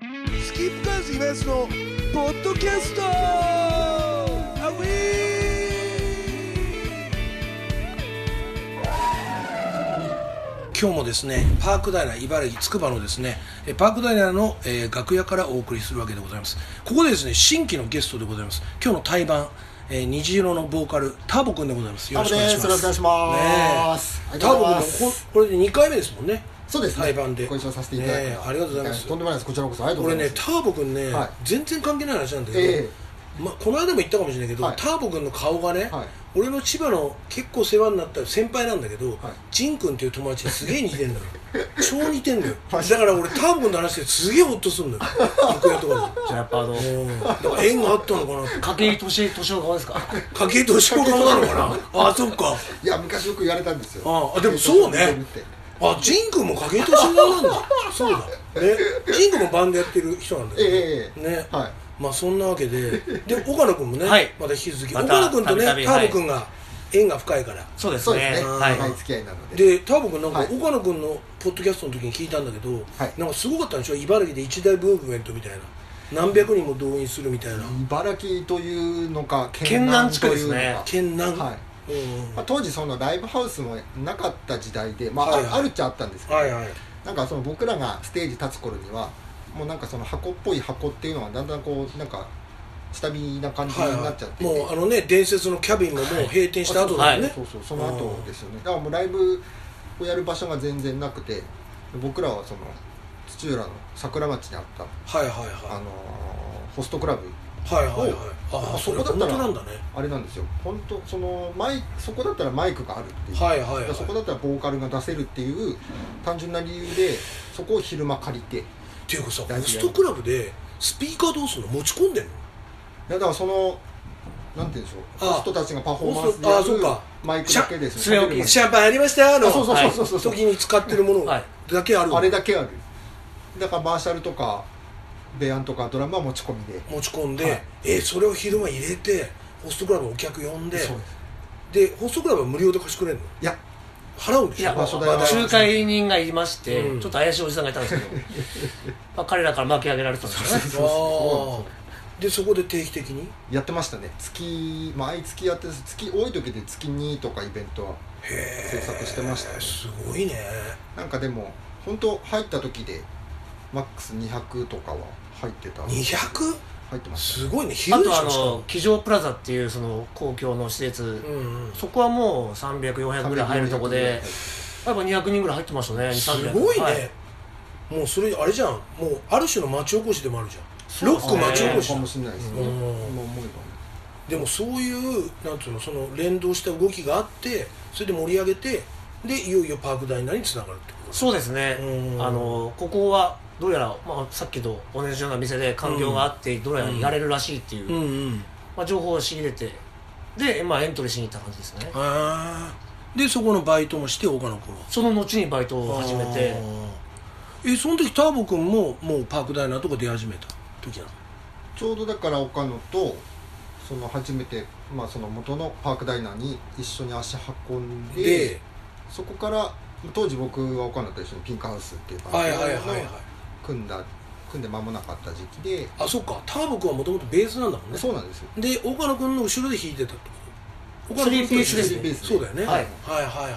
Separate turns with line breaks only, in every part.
キープカーズイベントのポッドキャストアウ今日もですねパークダイナー茨城つくばのですねえパークダイナーの、えー楽屋からお送りするわけでございますここでですね新規のゲストでございます今日の対バン、えー、虹色のボーカルターボくんでございますよろしくお願いします
ターボです
ねえ
よろしくお願いしますありが
ター
と
ボくん
うございま
もこ
す
これで2回目ですもんね
そうですね。
対バンで
ご一緒させていただいて、
ねえありがとうございます
とんでもないです。こちらこそありがとう
俺
ござい
ね
ます。
ターボくんね、
はい
全然関係ない話なんだけど、
え
まあ、この間も言ったかもしれないけど、
はい
ターボくんの顔がね、
はい
俺の千葉の結構世話になった先輩なんだけど、
い
ジン君っていう友達にすげえ似てん だよ超似てんだよだ
マジ
から俺ターボ君の話ですげえホッとするんだよ楽屋とか
じゃあやっぱあの
でうんだから縁があったのかな
筧利俊夫側ですか
家計と思考顔なのかなああそっか
いや昔よく言われたんですよ。
ああでもそう
ええ
ねあジン君も家計と思考なん だそうだねジン君もバンドやってる人なんだ
ええ
よね、
ええ
ね、
はい
まあそんなわけで、で岡野君もね、
はい
また引き続き、
ま
岡
た
野君とね、
たび
タ
たび
ーボ君が縁が深いから。
そうです
そう
ね
ですね。
は
長い
い
付き合いなので。
で、ターボ君なんか、
はい
岡野君のポッドキャストの時に聞いたんだけど、
はい
なんかすごかったんでしょ、茨城で一大ブーブメントみたいな、何百人も動員するみたいな、
茨城というのか
県南地区ですね
というのか
県南、
はい
うん
まあ、当時そのライブハウスもなかった時代で、まあ
はいはい
あるっちゃあったんですけど、
はいはい、
なんかその僕らがステージ立つ頃にはもうなんかその箱っぽい箱っていうのがだんだんこうなんか下火な感じ
はい
になっちゃっ
は
て
い、
て、
もうあのね、伝説のキャビンももう閉店した後だよね、
そうそうその後ですよねだからもうライブをやる場所が全然なくて僕らはその土浦の桜町にあった、
はいはい
あ
は
のーホストクラブ
い、はいはいはい、ああ、そ
そ
れ
こだ
本
った
当
ら
なんだね、
あれなんですよ本当そのマイそこだったらマイクがあるっていう、
はいはい
だか
は
らそこだ
い。
ったらボーカルが出せるっていう単純な理由でそこを昼間借りてい
っていうかさ、
ライブやる
ホストクラブでスピーカーどうすんの、持ち込んでんの
やだからそのなんて言うんでしょ
あ
うホストたちがパフォーマンスで
ホストあそう
や
か
るマイクだけです
シャ
喋る
据え置き
シャンパンありましたあの
あそうそうそうそうそう、
時に使ってるもの
はい
だけある、
あれだけあるだからバーシャルとかベアンとかドラムは持ち込みで
持ち込んで、
はい
えそれを昼間入れてホストクラブのお客呼んで
そうです
でホストクラブは無料で貸してくれるの
いや
払うんで
い
しょ
や
場所代
まあ
は
仲介人がいまして、
うん
ちょっと怪しいおじさんがいたんです けどまあ彼らから巻き上げられてたんですよね
あーでそこで定期的に
やってましたね月毎月やってます月多い時で月2とかイベントは制作してましたね
えーすごいね
なんかでも本当入った時でマックス200とかは入ってた入
200?
ってました
すごいね
あ
昼でし
とあ
ょしかも
の騎乗プラザっていうその公共の施設、
うんうん
そこはもう300400ぐらい入るとこでやっぱ200人ぐらい入ってましたね
す
200
ごいね、
はい
もうそれあれじゃんもうある種の町おこしでもあるじゃん
そう
ロ
で
ッ
す
ク
ね
町おこし
か
だ
もしれないですね
うん
今思え
でもそういうなんつうのその連動した動きがあってそれで盛り上げてでいよいよパークダイナーにつながるってこと
そうですね
うん
あのここはどうやら、まあ、さっきと同じような店で環境があって、どうやらやれるらしいっていう、
うんうん
まあ、情報を仕入れてで、まあ、エントリーしに行った感じですね
あーでそこのバイトもして岡野君
その後にバイトを
は
始めて
あーえその時ターボ君ももうパークダイナーとか出始めた時なの
ばちょうどだから岡野とその初めて、まあ、その元のパークダイナーに一緒に足運んで
で
そこから当時僕は岡野と一緒にピンクハウスっていうバンドを
はいはいはいはい
組んだ組んで間もなかった時期で
あそっかターボ君はもともとベースなんだもんね
そうなんですよ
で岡野君の後ろで弾いてたってこと岡野君
スリーピースです
そ
ね
うだよね、
はい
はいはいはいはい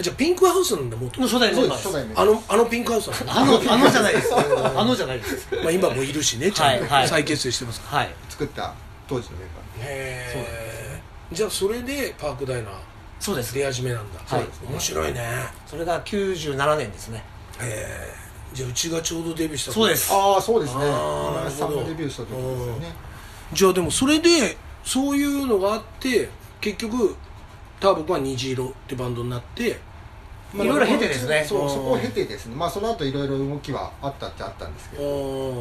あじゃあピンクハウスなんだもと
の初代メ
そう
ン
で
バー
す
で
初
す
代メンバ
あ
ー
のあのピンクハウスなんだ
あのあのじゃないですあのじゃないです
まあ今もいるしね、ちゃんと
はいはい
再結成してますか
はい
作った当時のメンバー
ら。へ
そうなん
え。じゃあそれでパークダイナー
そうです
出始めなんだ。
はい
面白いね。
それが97年ですね
へえ。じゃあうちがちょうどデビューした。
そうで。す
ああそうですね
あー
今井さ
な
ん
るほ
が
ど
デビューした時ですよね
じゃあでもそれでそういうのがあって結局ターボ君は虹色ってバンドになって。
いろいろ経てですね
そううんそこを経てですねまあその後いろいろ動きはあったっちゃあったんですけ
あ
どそ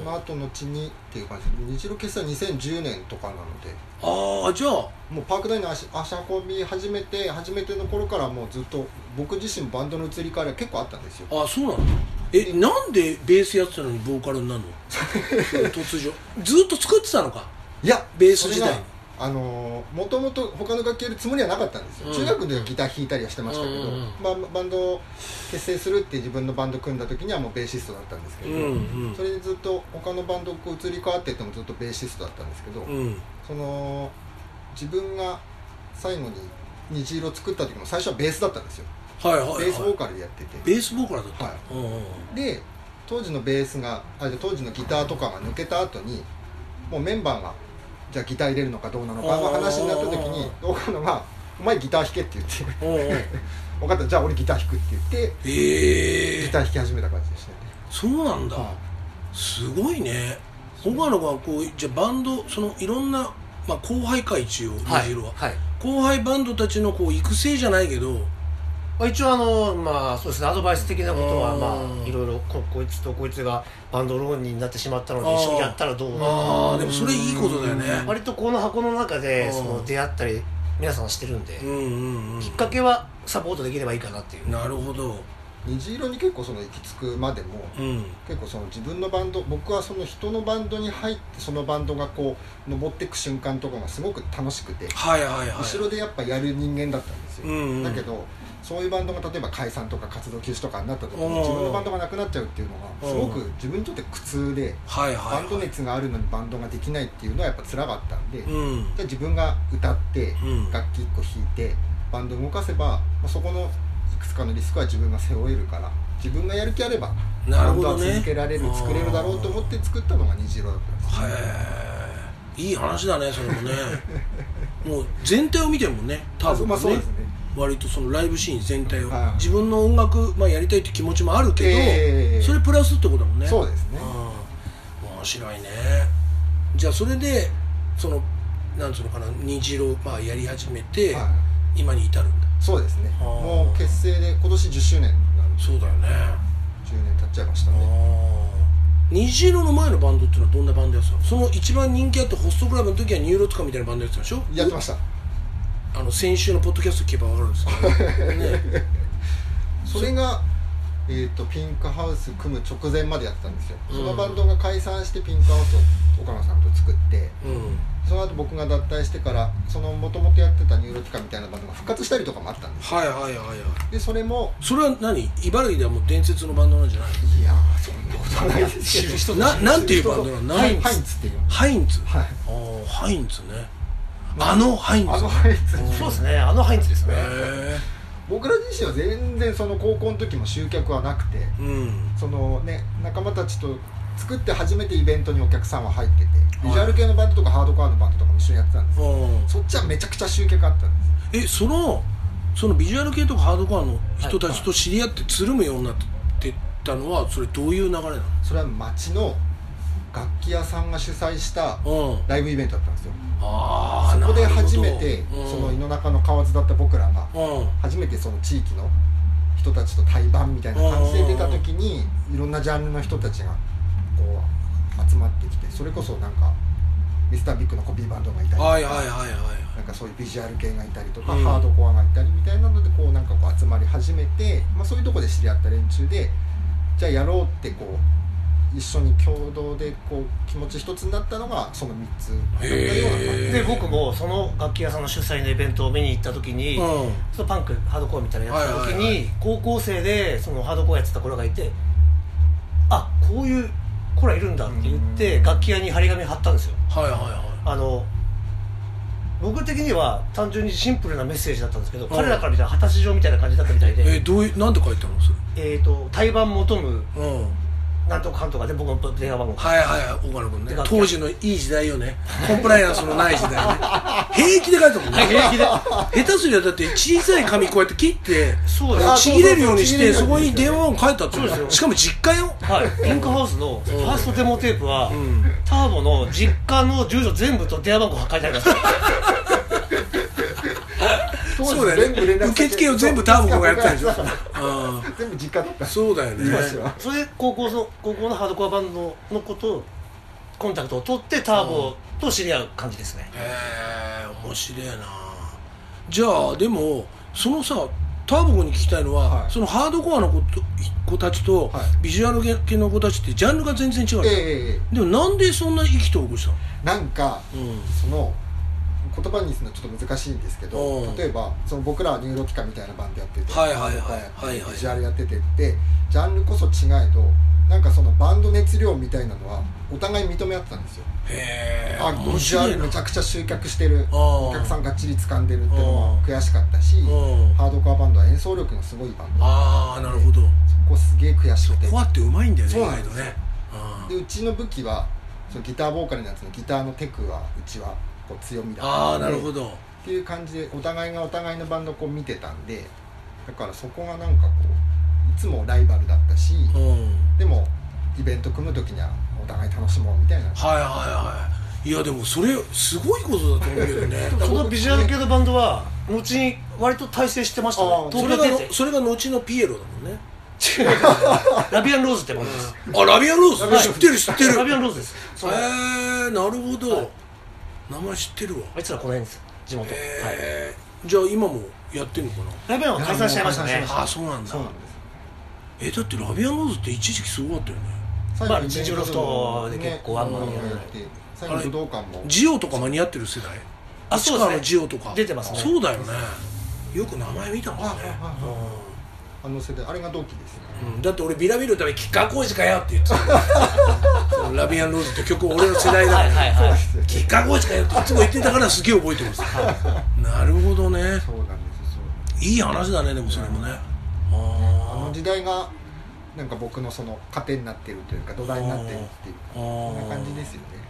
の
ー
後のうちにっていう感じで日露結成は2010年とかなので
あーじゃあ
もうパークダイの足足運び始めて初めての頃からもうずっと僕自身バンドの移り変わりは結構あったんですよ
あーそうなの。えなんでベースやってたのに ボーカルになるの？突如ずっと作ってたのか。
いや
ベース自体
それがあのもともと他の楽器やるつもりはなかったんですよ、
うん
中学の時はギター弾いたりはしてましたけど、
うんうんうん
バンバンドを結成するって自分のバンド組んだ時にはもうベーシストだったんですけ
う
ど、
ん
それでずっと他のバンドこう移り変わってってもずっとベーシストだったんですけど、
うんうん
その自分が最後に虹色作った時も最初はベースだったんですよ
はいはいはい
ベースボーカルでやってて、
ベースボーカルだった、
はい
うんうんうん
で当時のベースがあじゃあ当時のギターとかが抜けた後にもうメンバーがじゃあギター入れるのかどうなのかの話になった時に岡野が「お前ギター弾け」って言って
うんうん
「分かったじゃあ俺ギター弾く」って言って
ええ
ギター弾き始めた感じでしたね
そうなんだ、
は
すごいね岡野がこうじゃあバンドそのいろんな、まあ、後輩か一応
はい
虹色は、
はい
後輩バンドたちのこう育成じゃないけど
まあ、一応あのまあそうですねアドバイス的なことは
うん
まあいろいろここいつとこいつがバンドローンになってしまったの
あー
で一緒にやったらどう
あーでもそれいいことだよね
割とこの箱の中
う
で
ん
その出会ったり皆さんしてるんで
うんうんうん
きっかけはサポートできればいいかなっていう
なるほど
い虹色に結構その行き着くまでも
うん
結構その自分のバンド僕はその人のバンドに入ってそのバンドがこう登っていく瞬間とかがすごく楽しくて
はいはいはい
後ろでやっぱやる人間だったんですよ、
うんうん
だけどそういうバンドが例えば解散とか活動休止とかになった時
うん
に自分のバンドがなくなっちゃうっていうのがすごく自分にとって苦痛で
はいはい
バ
はい
ンド熱があるのにバンドができないっていうのはやっぱ辛かったんでじゃ
うん
あ自分が歌って
うん
楽器1個弾いてバンド動かせばまあそこのいくつかのリスクは自分が背負えるから自分がやる気あれば
なるほ
バンド
ど
は
ね
続けられる作れるだろうと思って作ったのが虹色だったんです
へえいい話だねそれもね もう全体を見てるもんね多分ね,、
まあそうですね
割とそのライブシーン全体を、
はい
自分の音楽、まあ、やりたいって気持ちもあるけど、
ええ
それプラスってことだもんね
そうですね
うん面白いねじゃあそれでそのなんつうのかな虹色をまあやり始めて、
はい
今に至るんだ
そうですね
あー
もう結成で今年10周年なんで
そうだよね
10年経っちゃいました
あ
ね
ー虹色の前のバンドっていうのはどんなバンドやってたのその一番人気あったホストクラブの時はニューロとかみたいなバンドやってたでしょ
やってました
あの先週のポッドキャスト聞けば分かるんですけ ど、ね、
それが、えー、とピンクハウス組む直前までやってたんですよ、そのバンドが解散してピンクハウスを岡野さんと作って
うん
その後僕が脱退してからそのもともとやってたニューロティカみたいなバンドが復活したりとかもあったんです
はいはいはいはい
でそれも
それは何茨城ではもう伝説のバンドなんじゃない
いやーそんなことはないですけど
人 ななんていうバンドなの
ハ
ナイ
イ
ン
ハインツっていう
ハインツ
はい
ああハインツねあのハインツ
あのハインツ
そうですねあのハインツですね
へ
僕ら自身は全然その高校の時も集客はなくて
えうん
そのね仲間たちと作って初めてイベントにお客さんは入ってて
い
ビジュアル系のバンドとかハードコアのバンドとかも一緒にやってたんです
うん
そっちはめちゃくちゃ集客あったんです
えそのそのビジュアル系とかハードコアの人たちと知り合ってつるむようになってったのはそれどういう流れなの
それは町の楽器屋さんが主催した
うん
ライブイベントだったんですよ
ああ
そこで初めてその井の中の河津だった僕らが
うん
初めてその地域の人たちと対バンみたいな感じで出た時にいろんなジャンルの人たちがこう集まってきてそれこそなんかミスタービッグのコピーバンドがいたりとか
はいはいはいはい
なんかそういうビジュアル系がいたりとか、
うん
ハードコアがいたりみたいなのでこうなんかこう集まり始めて、まあ、そういうとこで知り合った連中でじゃあやろうってこう一緒に共同でこう気持ち一つになったのがその3つだったような感
へ
じ
ー
で僕もその楽器屋さんの主催のイベントを見に行った時に、
うん
そのパンクハードコアみたいなのやってた時に、
はいはいは
高校生でそのハードコアやってた子らがいてあこういう子らいるんだって言って
うん
楽器屋に張り紙貼ったんですよ
はいはいはい
あの僕的には単純にシンプルなメッセージだったんですけど、
ん
彼らから見たら果たし状みたいな感じだったみたいで
えどういうなんて書いてあるのそれ
えーと対バン求む
うん
なんとかかんとかで僕の電話番号
はいはい岡野君ね
で楽器
当時のいい時代よねコンプライアンスのない時代ね平気で書いてたもんね平気で下手すりゃだって小さい紙こうやって切って
そうです
あ
ちぎれるようにして
そ
そう
そう
こに電話番号書いてあった
そうです
の
よ
しかも実家よ
はい、ピンクハウスのファーストデモテープは、
ん
ターボの実家の住所全部と電話番号が書いてありました
当時
そうだよね
全部連絡先
受付を全部ターボ君がやってたでしょうん
全部実家だった
そうだよね
今しは
それで高校の高校のハードコアバンドのことをコンタクトを取ってターボと知り合う感じですね、
へえ面白いなじゃあでもそのさターボ君に聞きたいのは、
はい
そのハードコアの子と子たちと、
はい
ビジュアル系の子たちってジャンルが全然違うじゃん
えええええ
でもなんでそんな意気投合したの
えなんか
うん
その言葉にするのはちょっと難しいんですけ
う
ど
ん
例えばその僕らはニューロ機関みたいなバンドやってて
はいはいはい
バンドやってて
はいはい
ビジュアルやっててってジャンルこそ違えどなんかそのバンド熱量みたいなのはお互い認め合ってたんですよ
へえ
あビジュアルめちゃくちゃ集客してるお
お
客さ
ん
んがっちり掴んでるっていうのは悔しかったし
うん
ハードコアバンドは演奏力のすごいバンド
ああなるほど
ここすげえ悔しくて
コアってうまいんだよね
そうなんです
意外とねあ
でうちの武器はそのギターボーカルのやつのギターのテクはうちはこう強みだ
ああーなるほ
ど
ど
っていう感じでお互いがお互いのバンドをこう見てたんでだからそこがなんかこういつもライバルだったし
うん
でもイベント組む時にはお互い楽しもうみたいな
はいはいはいいやでもそれすごいことだと思うけど ね
そのビジュアル系のバンドは後に割と大成してましたね
あー
そ
東
れ
京
が
出
の
て
それが後のピエロだもんね
違うラビアンローズってバンドです
あラビアンロー
は
ズ
い
知ってる知ってる
ラビ
へ
アンローズですそう
えなるほ
は
ど
い
名前知ってるわ
あいつら来ないんですよ地元はい
へえじゃあ今もやってんのかな
ラビアンは解散しちゃいました
いや
ね
も
ああそうなんだ
そうなんです
えだってラビアンローズって一時期すごかったよね
最
まあ
イベント
一日ロフトで結構ワンマンやられて
て最後武道館も
ジオとか間に合ってる世代
あそうです
市川
ね
のジオとか
出てますね
そうだよねよく名前見たもんね
あはいはいは
うん
あの世代あれが同期ですね
うんだって俺ビラビルのために吉川浩司かよって言ってたよそ のラビアンローズって曲俺の世代だか
はい
ら
はいはい
吉川浩司かよっていつも言ってたからすげえ覚えてますなるほどね
そうなんですそう
いい話だねでもそれもね
あ
あ
の時代がなんか僕のその糧になってるというか土台になってるっていうか
あ
そ
ー
んな感じですよね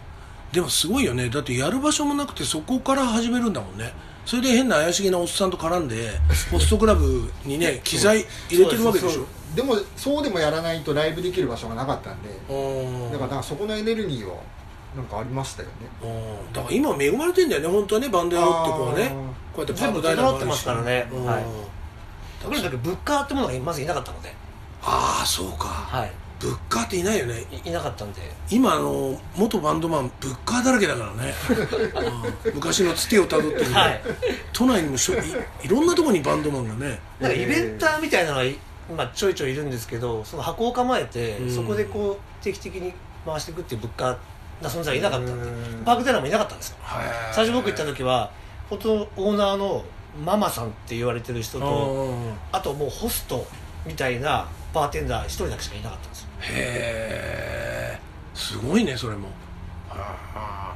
でもすごいよねだってやる場所もなくてそこから始めるんだもんねそれで変な怪しげなおっさんと絡ん でホストクラブにね機材入れてるわけでし
そう
ょ
でもそうでもやらないとライブできる場所がなかったんで
うん
だからなんかそこのエネルギーはなんかありましたよね
うんだから今恵まれてんだよね本当はねバンドやるって子はねこうやってパ
全
ー
部
ト
整
代
ってますからねはい
だ
とにかくブッカーってものがまずいなかったので
ああそうか
はい
ブッカーっていないよね
いいなかったんで
今あの元バンドマンブッカーだらけだからね、うん昔のつてをたどってる、ね
はい
都内にもしょいいろんなとこにバンドマンがね
なんかイベンターみたいなのがいまあちょいちょいいるんですけどその箱を構えて、
うん
そこでこう定期的に回していくっていう物価な存在はいなかったんで、
うん
パークテラーもいなかったんですよ最初僕行った
時
時は本当オーナーのママさんって言われてる人とあともうホストみたいなバーテンダー一人だけしかいなかったんですよ
へえすごいねそれもああ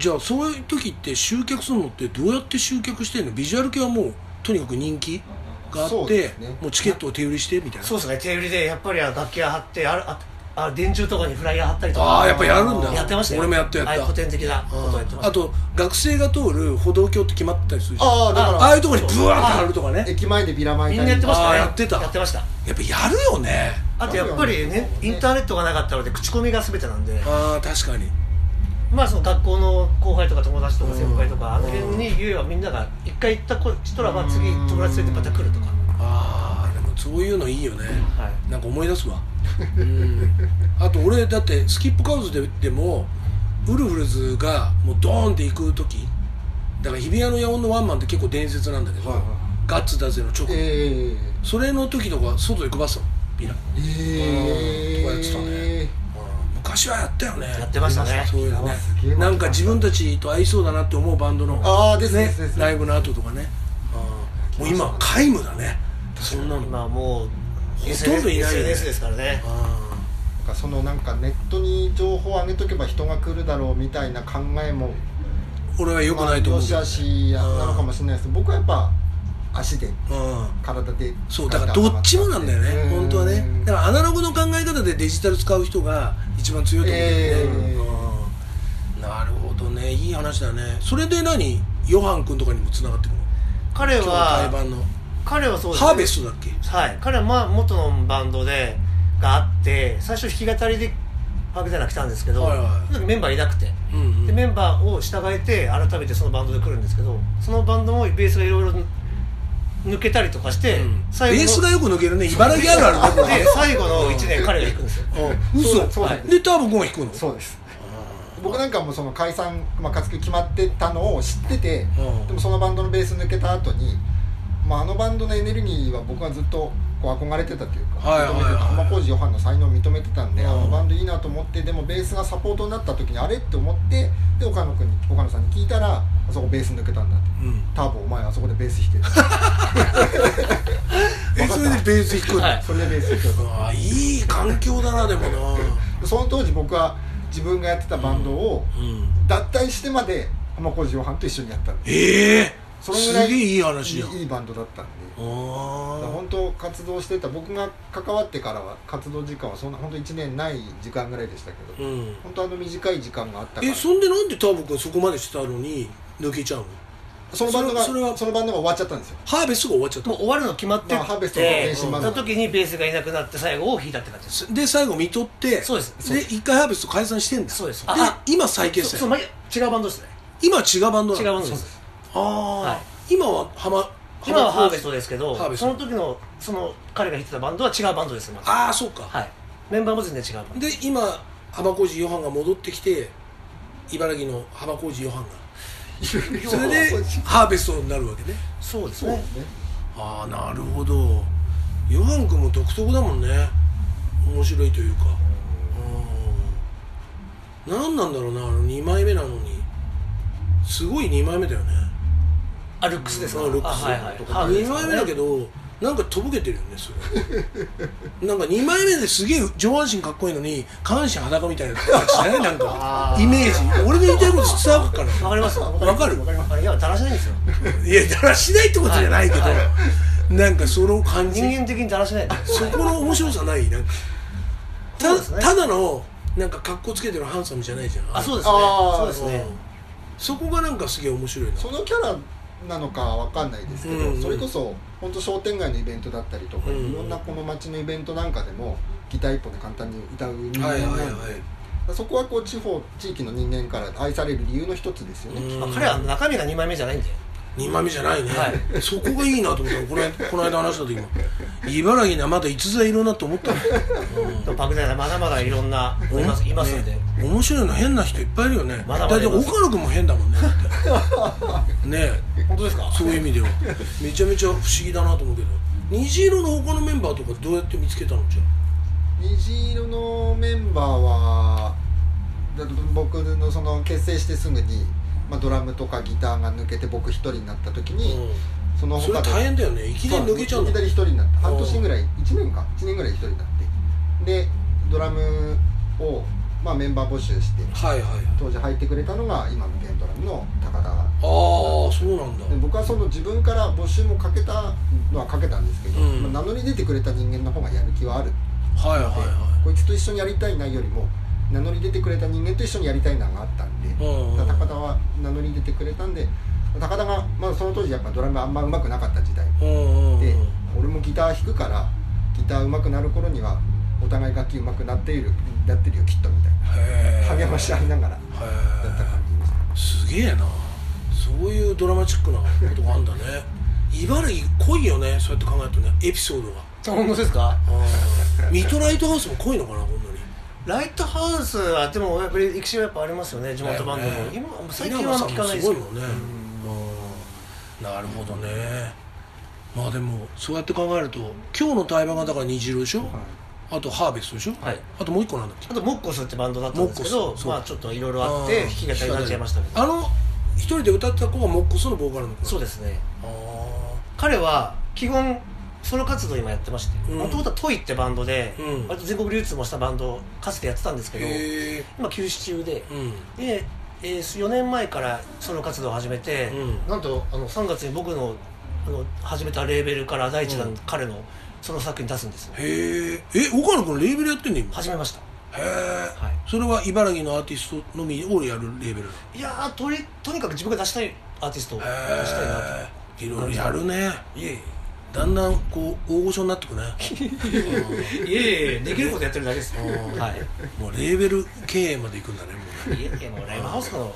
じゃあそういう時って集客するのってどうやって集客してんのビジュアル系はもうとにかく人気があ
そ
っ
う
て
ですね
もうチケットを手売りしてみたいな
そうですね手売りでやっぱりあの楽器屋貼ってあるああ電柱とかにフライヤー貼ったりとか
ああやっぱやるんだ
やってましたよ
俺もやったやった
ああいう古典的なことをやってました
あと学生が通る歩道橋って決まってたりするじゃんあ
ああだ
あ
か
いうとこにブワーって貼るとかね
ら駅前でビラ巻い
み
た
ん
り
なやってました
あー
ね
やってた
やってました
やっぱやるよね
あとやっぱり
そうよ
ね
ね
インターネットがなかったので口コミが全てなんで
ああ確かに
まあその学校の後輩とか友達とか先輩とかあの辺に言えばみんなが一回行った子人らは次友達連れてまた来るとか
ああでもそういうのいいよね
はい
なんか思い出すわうんあと俺だってスキップカウズででもウルフルズがもうドーンって行く時だから日比谷の野音のワンマンって結構伝説なんだけど、
はいはい
ガッツだぜの直後、
え
それの時とか外で配ってたのビラ
えええ
うんとかやってたね昔はやったよね
やってましたね
そういうのね
すげえ
なんか自分たちと合いそうだなって思うバンドの
ああですねですね
ライブの後とかねうんもう今は皆無だねそんなの
今はもう
ほとんどいないよね
SNS ですからね
う
なんかそのなんかネットに情報を上げとけば人が来るだろうみたいな考えも
ん俺は良くないと思う
まあ良し悪しなのかもしれないです僕はやっぱ足で
うん
体で
そうだからどっちもなんだよね
うん
本当はねだからアナログの考え方でデジタル使う人が一番強いと思うんだよね、
ええ
うんなるほどねいい話だねそれで何ヨハン君とかにもつながってくるの
彼
今日の対
は
バンの
彼はそうですね
ハーベストだっけ
はい彼はまあ元のバンドでがあって最初弾き語りでパークデラ来たんですけど
はいはい
なんかメンバーいなくて
うんうん
でメンバーを従えて改めてそのバンドで来るんですけどそのバンドもベースがいろいろ抜けたりとかして、
うん
最後
ベースが
の
よく抜けるね茨城あるあるだこ
で最後の1年彼が弾くんですよ
れ
そう
嘘
だそうだ
でターボ君は弾くの
そうです僕なんかもその解散、まあ、活動決まってたのを知ってて
うん
でもそのバンドのベース抜けた後にまああのバンドのエネルギーは僕はずっとこう憧れてたというか、
はいはい
認めてた
はい
浜小路ヨハンの才能を認めてたんで、
うん
あのバンドいいなと思ってでもベースがサポートになった時にあれって思ってで岡野君に岡野さんに聞いたらあそこベース抜けたんだって
うん
ターボお前あそこでベース弾けた
えそれでベース弾くんだ、
はい
それでベース弾けた
ああいい環境だなでもな
その当時僕は自分がやってたバンドを
うん
脱退してまで浜小路ヨハンと一緒にやったんで
ええ
その
す
ぐ
げ
ら
え
い
いい
い
話
い
じゃん
いいバンドだったんで
あ
だから
ー
本当活動してた僕が関わってからは活動時間はそんな本当1年ない時間ぐらいでしたけど、
うん
本当あの短い時間があったから
えそんでなんでターボ君そこまでしてたのに抜けちゃうの
そのバンドが
そ
そ
れそれは
のバンドが終わっちゃったんですよ
ハーベストが終わっちゃった
もう終わるの決まって
まあハーベストの
て
電子版
その時にベースがいなくなって最後を弾いたって感じです
で最後見とって
そうですそう
で
です
一回ハーベスト解散してんだ
そうです
で
あ
今再結
そ
成
そうまあ違うバンドですね
今は違うバンドな
違う
の
バンドです
ああ、
はい
今は浜
今はハーベストですけど
ハーベス
そ
ト
の時のその彼が弾いてたバンドは違うバンドですまず
ああそうか、
はいメンバーも全然違うバンド
で今浜小路ヨハンが戻ってきて茨城の浜小路ヨハンがそれでハーベストになるわけね
そうです
そう
ね
ですね
ああなるほどヨハン君も独特だもんね面白いというかうん何なんだろうなあの2枚目なのにすごい2枚目だよね
あルックスですか
あロックス
あはいはいハーベ
2
スト
枚
ね
目だけどなんかとぼけてるよねそれ なんか2枚目ですげえ上半身かっこいいのに下半身裸みたいな感じし ないなんか
あー
イメージ俺の言いたいこと伝わるか
わ
ら
かります
わかる
わかりますあれいやだらしないんですよ
いやだらしないってことじゃないけど、
はいは
なんかその感じ
人間的にだらしないんです
そこの面白さないなんかた,、
そうですね
ただのなんか格好つけてるハンサムじゃないじゃん
あそうですね
あー
そうですね
そこがなんかすげえ面白いな
そのキャラなのかわかんないですけど、
うんうん
それこそ本当商店街のイベントだったりとか、
うん
いろんなこの街のイベントなんかでもギター一本で簡単に歌う人
は
間
い
な
はい
んで、
はい
そこはこう地方地域の人間から愛される理由の一つですよね、
うん
まあ彼は中身が2枚目じゃないんで
二枚目じゃないね、
はい
そこがいいなと思ったのこれこの間話した時も茨城にはまだ逸材いるなと思ったの、
でもパクダイナまだまだいろんな
う
いますいますんで
ね面白いの変な人いっぱいいるよね
まだまだいます
大体岡野君も変だもんねだってね
本当ですか
そういう意味ではめちゃめちゃ不思議だなと思うけど虹色の他のメンバーとかどうやって見つけたのじゃ
虹色のメンバーはだ僕のその結成してすぐに、まあ、ドラムとかギターが抜けて僕一人になった時
あ、
に、その
うん、それ
他
大変だよねいきなり抜けちゃうの
いきなり一人になって
うん
半年ぐらい1年か1年ぐらい一人になってでドラムを、まあ、メンバー募集して
はいはいあ
当時入ってくれたのが今の現ドラムの高田
あーそうなんだ
で僕はその自分から募集もかけたのはかけたんですけど、
うん
まあ名乗り出てくれた人間の方がやる気はある
はいはいは
こいつと一緒にやりたいなよりも名乗り出てくれた人間と一緒にやりたいながあったんで、
いうんうん
だから高田は名乗り出てくれたんで高田が、まあ、その当時やっぱドラムあんま上手くなかった時代
うんうんう
で
ん
俺もギター弾くからギター上手くなる頃にはお互い楽器上手くなっているなってるよきっとみたい
へ
な
ー
励まし合いながらだ
へ
った
ー
感じです
すげえなそういうドラマチックなことがあんだね 茨城濃いよねそうやって考えるとねエピソードが
本当ですか
あーミッドライトハウスも濃いのかなこんなに
ライトハウスはでもやっぱり歴史はやっぱありますよね地元バンドも、
だよね
今最近はあんま聞かないです
稲葉さんもすご
け
い
ど
もんねうんなるほどねまあでもそうやって考えると今日の対話がだから虹色でしょ、
はい
あとハーベストでしょ、
はい
あともう一個なんだっけ
あとモッコスってバンドだったんです
モ
け
ッ
ど
コスそう
まあちょっといろいろあって弾き語りになっちゃいましたけど
あの一人で歌ってた子がモッコスのボーカルの子
そう
で
ですね
あ
彼は基本ソロ活動今やってまして
うん
もともとはトイってバンドで、
うん
割と全国流通もしたバンドをかつてやってたんです
ー
けど
へえ
今休止中で、
うん
で、えー4年前からソロ活動を始めて、
うん
なんとあの3月に僕のあの始めたレーベルから第一弾、
うん
彼のソロ作品出すんですよ
へええ岡野君レーベルやってんの今
始めました
へえ、
はい
それは茨城のアーティストのみをやるレーベル
いやーとりとにかく自分が出したいアーティストを出したいなと
へえいろいろやるねいえだんだんこう大御所になってくね
いえいえ できることやってるだけですはい
うんもうレーベル経営まで行くんだねもうね
いえいえもうライブハウスの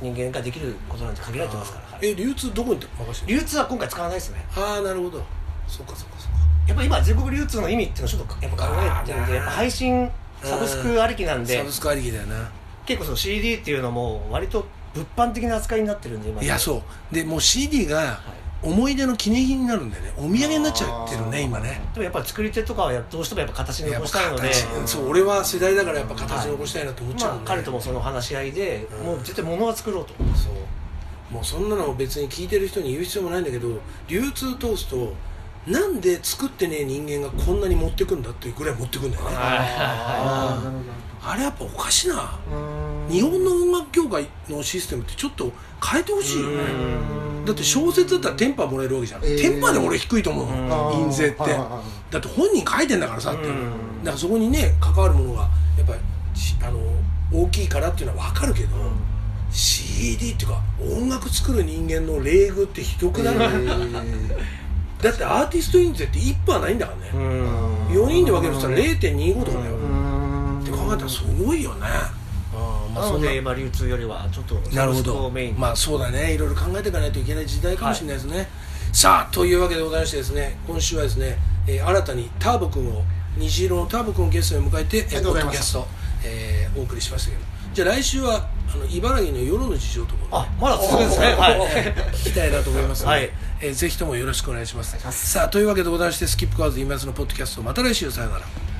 人間ができることなんて限られてますから、はい
え流通どこに任せてる
流通は今回使わないですね
ああなるほどそっかそっかそっか
やっぱ今全国流通の意味っていうのをちょっとやっぱ考えてるんでやっぱ配信サブスクありきなんで
サブスクありきだよな
結構その CD っていうのも割と物販的な扱いになってるんで今
いやそうでもう CD が
はい
思い出の記念品になるんだよねお土産になっちゃってるね今ね
でもやっぱり作り手とかはやどうしてもやっぱ形に
やっ
残
ぱ
したいので
形そう俺は世代だからやっぱ形残したいなと思っちゃう
ま
も
あ
ん、ね、
彼ともその話し合いで、
うん
もう絶対物は作ろうと
そうもうそんなの別に聞いてる人に言う必要もないんだけど流通通すとなんで作ってねえ人間がこんなに持ってくんだっていうぐらい持ってくんだよね
はい
あーなるほ
あれやっぱおかしな
どうーん
日本の音楽業界のシステムってちょっと変えてほしいよ
う
ね
ん
だって小説だったらテンパもらえるわけじゃん、
えー
テンパで俺低いと思う
うん
の、印税って、
はいはいは
だって本人書いてんだからさって、
うん
だからそこにね関わるものがやっぱりしあの大きいからっていうのは分かるけど、CD っていうか音楽作る人間の礼遇ってひどくない、
いえ
だってアーティスト印税って1波ないんだから
う
ね、
ん
4人で分けるとしたら0.25とかだよ、
う
ーう
っ
ーん
て考えたらすごいよね、うんまあ
な
そ
の
んな
で、まあ、流通よりはちょっと
なるほ
そ
ど
こをメインに、
まあそうだねいろいろ考えていかないといけない時代かもしれないですね、さあというわけでございましてですね今週はですね、えー新たにターボくんを虹色のターボくんをゲストに迎えて
りがと
ポ
うござい
ッド
ま
キャス
す
ト、えーお送りしましたけどじゃあ来週はあの茨城の夜の事情とか
あまだ続くんですねはい
聞きたいなと思いますので、
はい
えーぜひともよろしくお願いしますさあというわけでございましてスキップカーズ今安のポッドキャストまた来週さようなら